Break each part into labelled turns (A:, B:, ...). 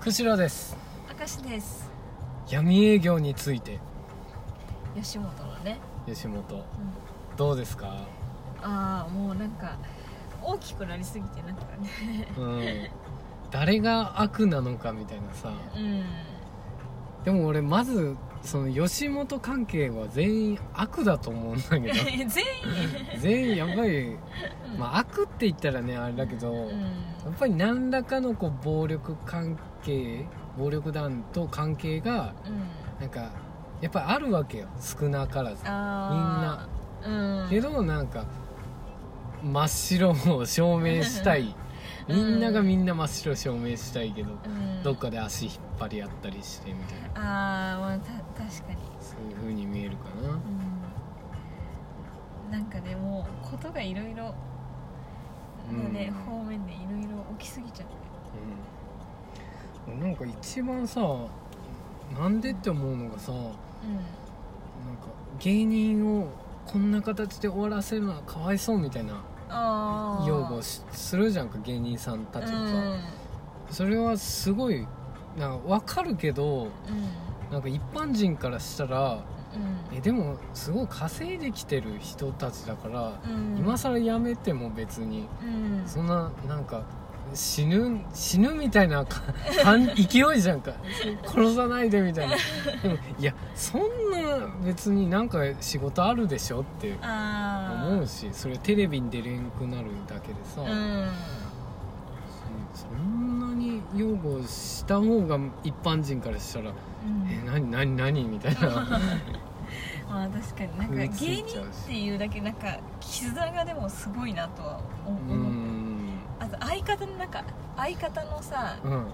A: 釧路です
B: 明石です
A: 闇営業について
B: 吉本のね、
A: 吉本
B: うん、
A: どうですか
B: ああもうなんか大きくなりすぎてなんかね
A: うん誰が悪なのかみたいなさ
B: うん
A: でも俺まずその吉本関係は全員悪だと思うん だけど
B: 全員
A: 全員やばいまあ悪って言ったらねあれだけど、
B: う
A: や
B: ん
A: っぱり何らかのこう暴力関係暴力団と関係が
B: うん
A: なんかやっぱりあるわけよ少なからず
B: ああみんなうん
A: けどなんか真っ白を証明したい
B: うん
A: みんながみんな真っ白を証明したいけど、
B: うん
A: どっかで足引っ張り合ったりしてみたいな
B: ああまあた確かに
A: そういう風に見えるかな
B: うんなんかねもうことがいろいろ
A: うん
B: ね方面でいろいろ起きすぎちゃって
A: うん、なんか一番さなんでって思うのがさなんか
B: う
A: 芸人をこんな形で終わらせるのはかわいそうみたいなん
B: ああ
A: 擁護しするじゃんか芸人さんたちもさ、それはすごいなんか分かるけど
B: うんうん
A: なんか一般人からしたら
B: うん
A: えでもすごい稼いできてる人たちだから、
B: うん
A: 今更辞めても別に
B: うん
A: そんななんか死ぬ死ぬみたいなか 感勢いじゃんか殺さないでみたいなでもいやそんな別になんか仕事あるでしょって
B: ああ
A: 思うしそれテレビに出れんくなるだけでさ、
B: うん
A: そんなに擁護した方が一般人からしたら「
B: うん
A: え何何何?」みたいな
B: まあ確かになんか
A: 食
B: 芸
A: いついち
B: 人
A: ゃうし
B: っていうだけなんか絆がでもすごいなとは
A: う
B: 思う、
A: ん
B: あと相方のなんか相方のさ
A: うん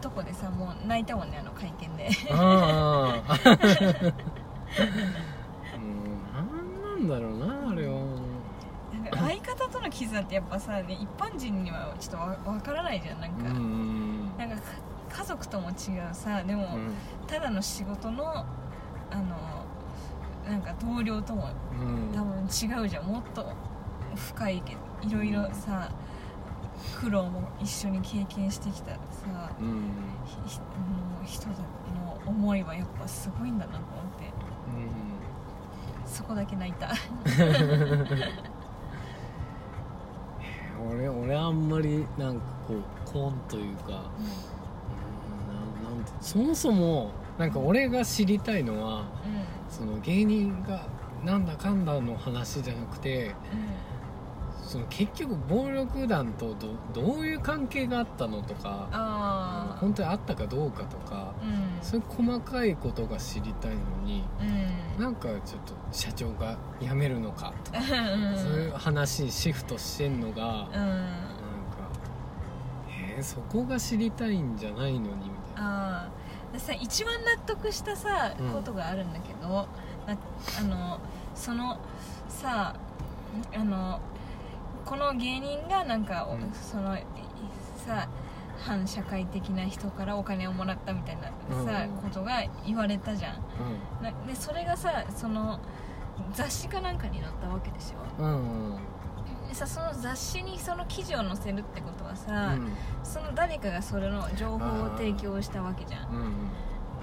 B: とこでさもう泣いたもんねあの会見で
A: ああもうなんなんだろうなあれは
B: な んか相方との絆ってやっぱさ、ね、一般人にはちょっとわわからないじゃんなん
A: う
B: か、
A: ん
B: なんかか家族とも違うさでも
A: うん
B: ただの仕事のあのなんか同僚とも
A: うん
B: 多分違うじゃんもっと深いけどいろいろさ苦労も一緒に経験してきたさ
A: うん
B: ひひもう人の思いはやっぱすごいんだなと思って
A: うん
B: そこだけ泣いた
A: 俺俺あんまりなんかこうコーンというかうんなんなんてそもそもなんか俺が知りたいのは
B: うん
A: その芸人がなんだかんだの話じゃなくて
B: うん
A: その結局暴力団とどどういう関係があったのとか
B: ああ
A: 本当にあったかどうかとか
B: うん
A: そういう細かいことが知りたいのに
B: うん
A: なんかちょっと社長が辞めるのかとか、
B: うん
A: そういう話にシフトしてんのが、なんか
B: うん
A: えーそこが知りたいんじゃないのにみたいな
B: あーでさ一番納得したさ、
A: うん
B: ことがあるんだけどなあのそのさあのこの芸人がなんか、お
A: うん
B: そのいさ反社会的な人からお金をもらったみたいなさ、
A: うん
B: ことが言われたじゃんなでそれがさその雑誌かなんかに載ったわけでしょ
A: うんうんうん
B: でさその雑誌にその記事を載せるってことは
A: う
B: さ、
A: ん
B: その誰かがそれの情報を提供したわけじゃん
A: うん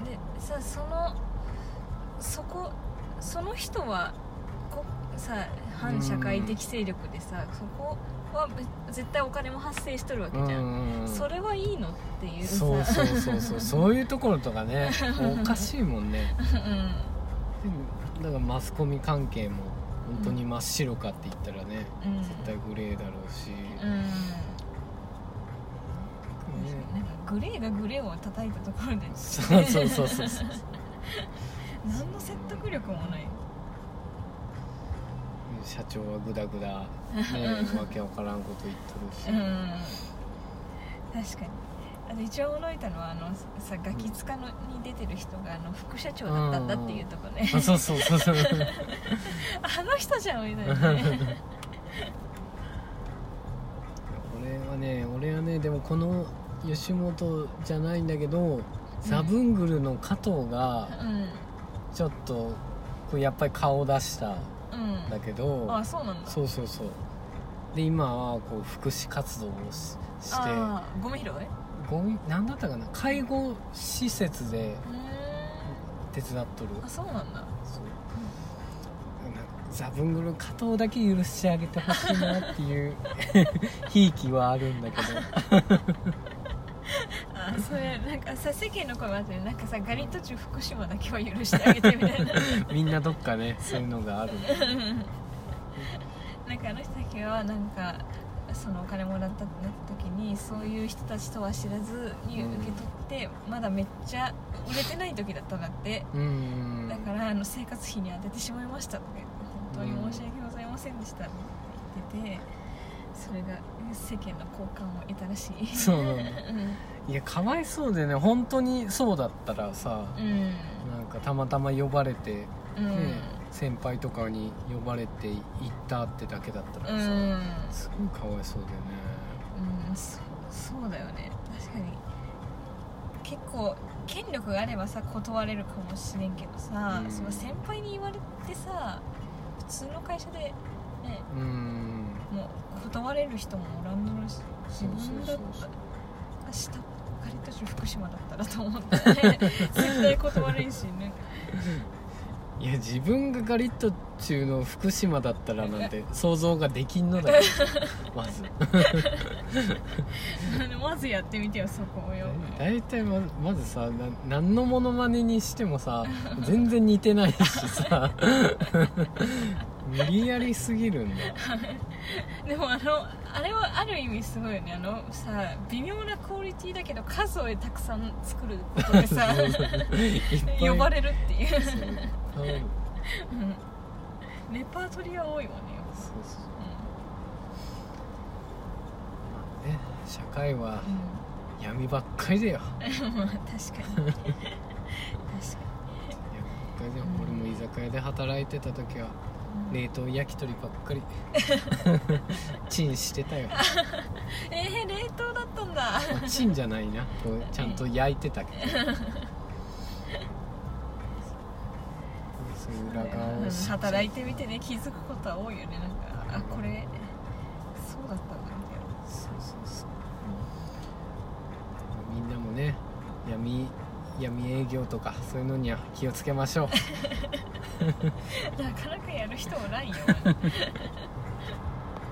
B: でさそのそこその人はこさ反社会的勢力でさ、そこはぶ絶対お金も発生しとるわけ
A: うん
B: じゃん、
A: うんうん
B: それはいいのっていうさ
A: そう そうそうそうそういうところとかねおかしいもんねでもだからマスコミ関係も本当に真っ白かって言ったらね、
B: うんうん
A: 絶対グレーだろうし、
B: うん
A: ね
B: なんかグレーがグレーを叩いたところで
A: そうそうそうそうそう
B: 何の説得力もない
A: 社長はグダグダ、ね、わけわからんこと言って
B: う
A: るし、
B: ん確かにあと一応驚いたのはあのさガキ使のに出てる人があの副社長だったんだっていうとこね、
A: あそうそうそうそう
B: あの人じゃんみたい なね
A: 俺はね俺はねでもこの吉本じゃないんだけどザブングルの加藤が
B: う
A: ちょっとこうやっぱり顔出したん
B: んうん
A: だけど、
B: あそうなんだ
A: そうそうそうで今はこう福祉活動をしして
B: あーゴミ拾い
A: ゴミ何だったかな介護施設で
B: うー
A: 手伝っとる
B: んあそうなんだ
A: そうなんかザブングル加藤だけ許してあげてほしいなって いうひいきはあるんだけど
B: あそれなんかさ世間の声もあってなんかさガリットチュ福島だけは許してあげてみた いな
A: みんなどっかねそういうのがある
B: なんかあの人たちはなんかそのお金もらったってなった時にそういう人たちとは知らずに
A: うん
B: 受け取って、まだめっちゃ売れてない時だったんだって
A: うん
B: だからあの生活費に当ててしまいましたとか言って本当に申し訳ございませんでしたって言っててそれが世間の好感を得たらしい
A: そうなんだ
B: うん
A: いやかわいそうでね本当にそうだったらさ
B: うん
A: なんかたまたま呼ばれて、ね
B: うん
A: 先輩とかに呼ばれて行ったってだけだったら
B: う
A: さ、
B: ん、
A: すごいかわいそうだよね
B: うん、そうそうだよね確かに結構権力があればさ断れるかもしれんけどさ、
A: うん
B: その先輩に言われてさ普通の会社で、ね、
A: うん
B: もう断れる人もおらんのらしい自
A: そうそう
B: 分だ
A: そ
B: っ
A: う
B: た
A: そ
B: ら
A: う
B: 明日ガリット州福島だったらと思って絶対断れんしね
A: いや自分がガリット中の福島だったらなん て想像ができんのだよまず
B: まずやってみてよそこをよ
A: 大体ままずさな何のモノマネにしてもさ全然似てないし さ無理やりすぎるんだよ
B: でもあのあれはある意味すごいよねあのさ微妙なクオリティだけど数をたくさん作ること でさ呼ばれるっていう、
A: そうそう
B: うんレパートリーは多いもんね、
A: そうそう
B: う
A: ね社会は
B: ん
A: 闇ばっかりだよ
B: うん、 まあ確かに確か
A: 闇ばっかりだよ俺も居酒屋で働いてた時は
B: に、
A: 冷凍焼き鳥ばっか りチンしてたよ
B: えー、冷凍だったんだ
A: まあチンじゃないなこうちゃんと焼いてたけどそういう裏側を
B: うん
A: 知っ
B: 働いてみてね気づくことは多いよねなんかあこれそうだったんだみたいな
A: そうそうそうみんなもね闇闇営業とかそういうのには気をつけましょう
B: なかなかやる人おらんよ。